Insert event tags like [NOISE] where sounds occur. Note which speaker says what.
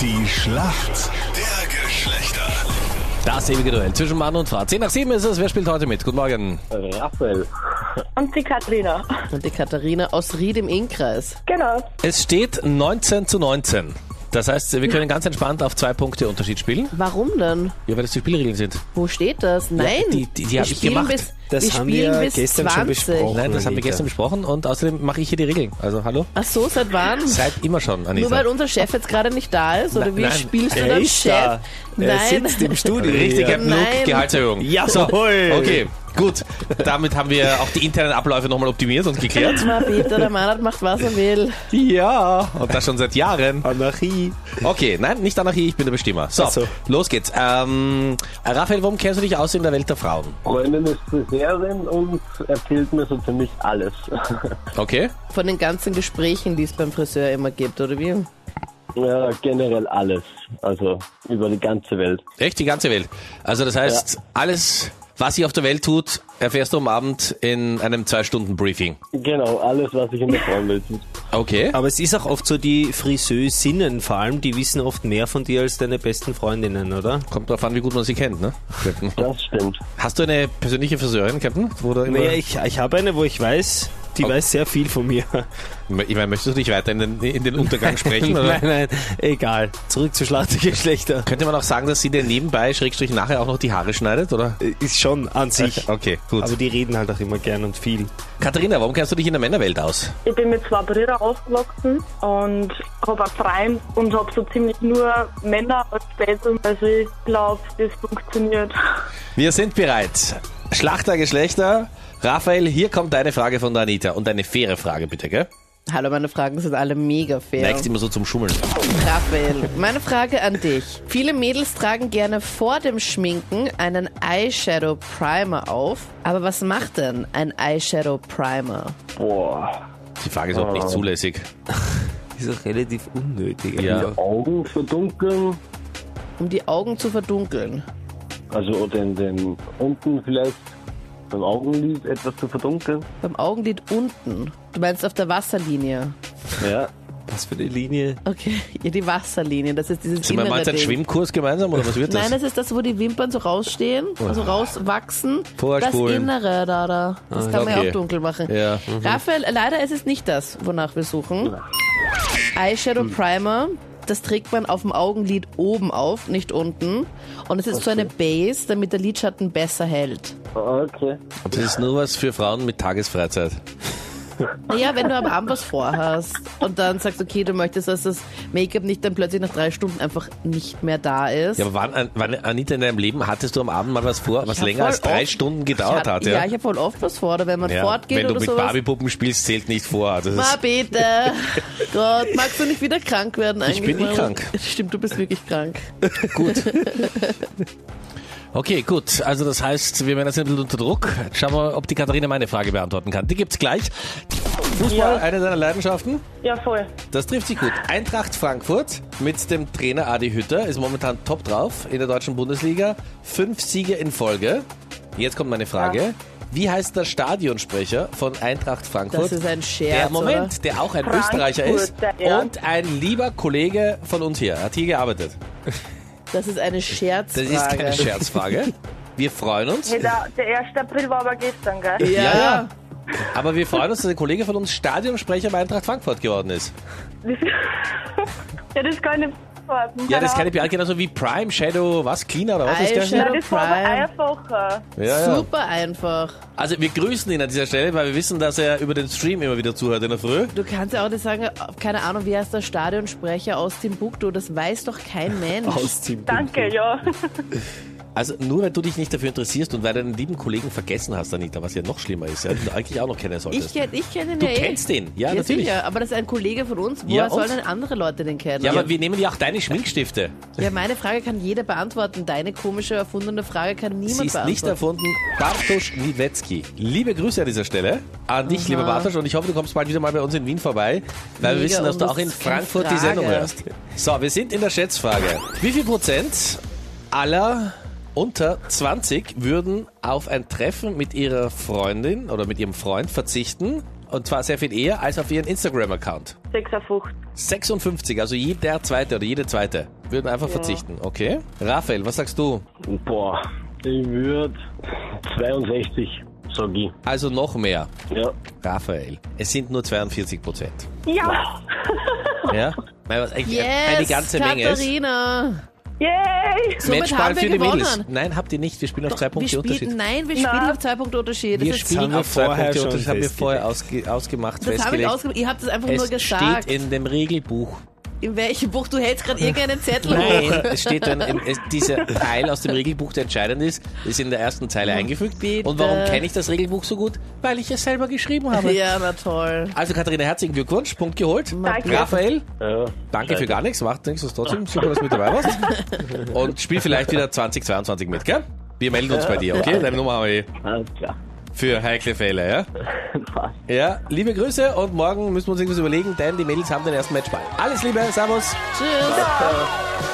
Speaker 1: Die Schlacht der Geschlechter.
Speaker 2: Das ewige Duell zwischen Mann und Frau. 10 nach 7 ist es. Wer spielt heute mit? Guten Morgen.
Speaker 3: Raphael.
Speaker 4: Und die Katrina.
Speaker 5: Und die Katharina aus Ried im Innkreis.
Speaker 4: Genau.
Speaker 2: Es steht 19 zu 19. Das heißt, wir können ganz entspannt auf zwei Punkte Unterschied spielen.
Speaker 5: Warum denn?
Speaker 2: Ja, weil das die Spielregeln sind.
Speaker 5: Wo steht das? Nein.
Speaker 2: die- die- die hab ich
Speaker 5: spielen
Speaker 2: gemacht.
Speaker 5: Bis,
Speaker 6: Das
Speaker 5: wir
Speaker 6: haben
Speaker 5: spielen
Speaker 6: wir
Speaker 5: bis
Speaker 6: gestern
Speaker 5: 20.
Speaker 6: schon besprochen.
Speaker 2: Nein, das haben wir
Speaker 6: Anita.
Speaker 2: gestern besprochen und außerdem mache ich hier die Regeln. Also hallo?
Speaker 5: Ach so, seit wann?
Speaker 2: Seid immer schon, Anita.
Speaker 5: Nur weil unser Chef jetzt gerade nicht da ist? Oder
Speaker 2: Nein,
Speaker 5: wie
Speaker 2: nein.
Speaker 5: spielst du
Speaker 6: Er
Speaker 5: deinem
Speaker 6: ist
Speaker 5: Chef?
Speaker 6: da. Er
Speaker 5: Nein.
Speaker 6: sitzt im
Speaker 5: [LAUGHS]
Speaker 6: Studio. [LAUGHS]
Speaker 2: Richtig,
Speaker 6: hier.
Speaker 2: Captain Luke,
Speaker 5: Nein.
Speaker 2: Gehaltserhöhung.
Speaker 6: Ja, so, hoi.
Speaker 2: Okay, gut. Damit haben wir auch die internen Abläufe nochmal optimiert und geklärt.
Speaker 5: Mal Peter, der Mann hat macht, was er will.
Speaker 2: Ja. Und das schon seit Jahren.
Speaker 6: Anarchie.
Speaker 2: Okay, nein, nicht Anarchie, ich bin der Bestimmer. So,
Speaker 6: Ach so.
Speaker 2: los geht's. Ähm, Raphael, warum kennst du dich aus in der Welt der Frauen?
Speaker 3: Freundin ist Friseurin und erzählt mir so ziemlich alles. [LAUGHS]
Speaker 2: Okay.
Speaker 5: Von den ganzen Gesprächen, die es beim Friseur immer gibt, oder wie?
Speaker 3: ja, generell alles. Also über die ganze Welt.
Speaker 2: Echt, die ganze Welt. Also das heißt, alles, was sich auf der Welt tut, erfährst du am Abend in einem Zwei-Stunden-Briefing.
Speaker 3: Genau, alles, was ich in der Frauenwelt tut.
Speaker 2: Okay.
Speaker 6: Aber es ist auch oft so, die Friseusinnen vor allem, die wissen oft mehr von dir als deine besten Freundinnen, oder?
Speaker 2: Kommt drauf an, wie gut man sie kennt, ne? Captain.
Speaker 3: Das stimmt.
Speaker 2: Hast du eine persönliche Friseurin, Captain? Wo du immer,
Speaker 6: Naja,
Speaker 2: ich
Speaker 6: ich, ich habe eine, wo ich weiß, die weiß sehr viel von mir.
Speaker 2: meine, möchtest du dich weiter in den, in den Untergang
Speaker 6: [LAUGHS]
Speaker 2: sprechen? Oder?
Speaker 6: nein, nein, egal. Zurück zu [LAUGHS] Schlachtergeschlechter.
Speaker 2: Könnte man auch sagen, dass sie dir nebenbei, Schrägstrich, nachher auch noch die Haare schneidet, oder?
Speaker 6: Ist schon an sich.
Speaker 2: Okay, gut.
Speaker 6: Aber die reden halt auch immer gern und viel.
Speaker 2: Katharina, warum kennst du dich in der Männerwelt aus?
Speaker 4: Ich bin mit zwei Brüdern aufgewachsen und habe einen Verein und habe so ziemlich nur Männer als Spätung. Also ich glaube, das funktioniert. [LAUGHS]
Speaker 2: Wir sind bereit. Schlachtergeschlechter. Raphael, hier kommt deine Frage von der Anita. Und eine faire Frage, bitte, gell?
Speaker 5: Hallo, meine Fragen sind alle mega fair.
Speaker 2: Neigst immer so zum Schummeln.
Speaker 5: Raphael, meine Frage an dich. Viele Mädels tragen gerne vor dem Schminken einen Eyeshadow Primer auf. Aber was macht denn ein Eyeshadow Primer?
Speaker 3: Boah.
Speaker 2: Die Frage ist auch nicht zulässig.
Speaker 6: Ah. [LAUGHS] Ist auch relativ unnötig.
Speaker 2: Ja.
Speaker 3: Augen verdunkeln.
Speaker 5: Um die Augen zu verdunkeln.
Speaker 3: Also den, den unten vielleicht beim Augenlid etwas zu verdunkeln.
Speaker 5: Beim Augenlid unten. Du meinst auf der Wasserlinie.
Speaker 3: Ja.
Speaker 6: Was für eine Linie.
Speaker 5: Okay, [LAUGHS] ja, die Wasserlinie. Das ist dieses
Speaker 2: Sind wir
Speaker 5: innere
Speaker 2: mal einen
Speaker 5: Ding.
Speaker 2: Schwimmkurs gemeinsam oder was wird das?
Speaker 5: Nein, das ist das, wo die Wimpern so rausstehen, also rauswachsen. Das
Speaker 2: Vorspulen. Ah,
Speaker 5: Innere da, da. Das kann man
Speaker 2: okay.
Speaker 5: ja auch dunkel machen.
Speaker 2: Ja.
Speaker 5: Raphael, leider ist es nicht das, wonach wir suchen. Eyeshadow
Speaker 2: Hm.
Speaker 5: Primer, das trägt man auf dem Augenlid oben auf, nicht unten. Und es ist so eine Base, damit der Lidschatten besser hält.
Speaker 3: Okay.
Speaker 2: das ist nur was für Frauen mit Tagesfreizeit.
Speaker 5: Naja, wenn du am Abend was vorhast und dann sagst, okay, du möchtest, dass das Make-up nicht dann plötzlich nach drei Stunden einfach nicht mehr da ist.
Speaker 2: Ja, aber wann, äh, wann, Anita, in deinem Leben hattest du am Abend mal was vor, was
Speaker 5: hab
Speaker 2: länger
Speaker 5: voll
Speaker 2: als drei
Speaker 5: oft-
Speaker 2: Stunden gedauert
Speaker 5: hab-
Speaker 2: hat? Ja,
Speaker 5: ja ich habe voll oft was vor, oder wenn man
Speaker 2: Ja,
Speaker 5: fortgeht
Speaker 2: Wenn du
Speaker 5: oder
Speaker 2: mit
Speaker 5: sowas.
Speaker 2: Barbiepuppen spielst, zählt nicht vor. Das
Speaker 5: Ma
Speaker 2: ist,
Speaker 5: bitte. Gott, magst du nicht wieder krank werden eigentlich?
Speaker 2: bin nicht
Speaker 5: Mann?
Speaker 2: krank.
Speaker 5: [LAUGHS] Stimmt, du bist wirklich krank.
Speaker 2: okay, gut. Also das heißt, wir werden jetzt ein bisschen unter Druck. Schauen wir mal, ob die Katharina meine Frage beantworten kann. Die gibt's gleich. Fußball,
Speaker 4: Ja.
Speaker 2: eine deiner Leidenschaften.
Speaker 4: Ja, voll.
Speaker 2: Das trifft sich gut. Eintracht Frankfurt mit dem Trainer Adi Hütter ist momentan top drauf in der deutschen Bundesliga. Fünf Siege in Folge. Jetzt kommt meine Frage. Wie heißt der Stadionsprecher von Eintracht Frankfurt?
Speaker 5: Das ist ein Scherz.
Speaker 2: der Moment,
Speaker 5: Oder?
Speaker 2: der auch ein
Speaker 4: Frankfurt,
Speaker 2: Österreicher ist
Speaker 4: ja.
Speaker 2: und ein lieber Kollege von uns hier. Hat hier gearbeitet.
Speaker 5: Das ist eine
Speaker 2: Das
Speaker 5: Scherzfrage.
Speaker 2: ist keine
Speaker 5: [LAUGHS]
Speaker 2: Scherzfrage. Wir freuen uns.
Speaker 4: Hey, der, der 1. April war aber gestern, gell?
Speaker 2: Ja,
Speaker 5: Ja, ja.
Speaker 2: ja. Aber wir freuen uns, dass ein Kollege von uns Stadionsprecher bei Eintracht Frankfurt geworden ist.
Speaker 4: ja, das [LAUGHS] kann ich nicht beantworten.
Speaker 2: Ja, das kann
Speaker 4: Keine
Speaker 2: ich mir genauso wie Prime, Shadow, was, Cleaner oder was ist der?
Speaker 5: Eyeshadow
Speaker 4: Ahnung. Das war aber
Speaker 5: Prime.
Speaker 4: einfacher.
Speaker 2: Ja, ja.
Speaker 5: Super einfach.
Speaker 2: Also wir grüßen ihn an dieser Stelle, weil wir wissen, dass er über den Stream immer wieder zuhört in der Früh.
Speaker 5: Du kannst ja auch nicht sagen, keine Ahnung, wie heißt der Stadionsprecher aus Timbuktu? Das weiß doch kein Mensch.
Speaker 6: Ausziehen.
Speaker 4: Danke, ja. [LAUGHS]
Speaker 2: Also nur weil du dich nicht dafür interessierst und weil du deinen lieben Kollegen vergessen hast, Anita, was ja noch schlimmer ist, ja, den du [LAUGHS] eigentlich auch noch kennen
Speaker 5: Ich
Speaker 2: solltest.
Speaker 5: kenne ich kenn ihn
Speaker 2: du
Speaker 5: ja
Speaker 2: kennst
Speaker 5: eh.
Speaker 2: den, ja,
Speaker 5: ja,
Speaker 2: natürlich.
Speaker 5: sicher, aber das ist ein Kollege von uns. Woher
Speaker 2: Ja, und?
Speaker 5: sollen denn andere Leute den kennen?
Speaker 2: Ja, aber wir nehmen ja auch deine Schminkstifte.
Speaker 5: ja, meine Frage kann jeder beantworten. Deine komische, erfundene Frage kann niemand
Speaker 2: Sie ist
Speaker 5: beantworten.
Speaker 2: nicht erfunden. Bartosz Niewecki. Liebe Grüße an dieser Stelle an dich, lieber Bartosz, und ich hoffe, du kommst bald wieder mal bei uns in Wien vorbei, weil wir
Speaker 5: Mega,
Speaker 2: wissen, dass
Speaker 5: und
Speaker 2: du
Speaker 5: das
Speaker 2: auch in
Speaker 5: ist keine
Speaker 2: Frankfurt die
Speaker 5: Frage.
Speaker 2: Sendung hörst. So, wir sind in der Schätzfrage. Wie viel Prozent aller unter 20 würden auf ein Treffen mit ihrer Freundin oder mit ihrem Freund verzichten, Und zwar sehr viel eher als auf ihren Instagram-Account.
Speaker 4: 56.
Speaker 2: 56, also jeder zweite oder jede zweite. Würden einfach verzichten, okay? Raphael, was sagst du?
Speaker 3: Boah, ich würde 62, sag ich.
Speaker 2: Also noch mehr.
Speaker 3: Ja.
Speaker 2: Raphael, es sind nur 42 Prozent.
Speaker 4: Ja!
Speaker 5: [LAUGHS]
Speaker 2: Ja? Weil was eigentlich
Speaker 5: Yes,
Speaker 2: eine ganze Menge ist.
Speaker 5: Katharina.
Speaker 4: Yay!
Speaker 5: Somit
Speaker 2: Matchball
Speaker 5: haben wir
Speaker 2: für die
Speaker 5: gewonnen.
Speaker 2: Mädels. Nein, habt ihr nicht. Wir spielen auf zwei
Speaker 5: wir
Speaker 2: Punkte Unterschied.
Speaker 5: spielen, nein, wir spielen
Speaker 4: Nein.
Speaker 5: auf zwei Punkte Unterschied. Das
Speaker 2: Wir
Speaker 5: ist-
Speaker 2: spielen
Speaker 6: haben
Speaker 2: auf
Speaker 6: wir
Speaker 2: zwei
Speaker 6: vorher
Speaker 2: Punkte
Speaker 6: schon
Speaker 2: Unterschied. Das haben wir vorher ausge ausgemacht,
Speaker 5: das habe ich
Speaker 2: festgelegt.
Speaker 5: ausgemacht. Ihr habt es einfach nur
Speaker 2: es
Speaker 5: gesagt.
Speaker 2: steht in dem Regelbuch.
Speaker 5: In welchem Buch? Du hältst gerade irgendeinen Zettel
Speaker 2: Nein,
Speaker 5: hoch.
Speaker 2: es steht dann, im, es, dieser Teil aus dem Regelbuch, der entscheidend ist, ist in der ersten Zeile eingefügt.
Speaker 5: bitte.
Speaker 2: Und warum kenne ich das Regelbuch so gut? Weil ich es selber geschrieben habe.
Speaker 5: Ja, na toll.
Speaker 2: Also Katharina, herzlichen Glückwunsch, Punkt geholt.
Speaker 4: Danke.
Speaker 2: Raphael,
Speaker 3: ja.
Speaker 2: danke für gar nichts, macht nichts, was trotzdem super, dass du mit dabei warst. [LAUGHS] Und spiel vielleicht wieder 2022 mit, gell? Wir melden uns bei dir, okay? Deine Nummer haben wir eh
Speaker 3: Alles klar. [LAUGHS]
Speaker 2: für heikle Fälle, ja?
Speaker 3: Passt.
Speaker 2: Ja, liebe Grüße und morgen müssen wir uns irgendwas überlegen, denn die Mädels haben den ersten Matchball. Alles Liebe, Servus!
Speaker 5: Tschüss.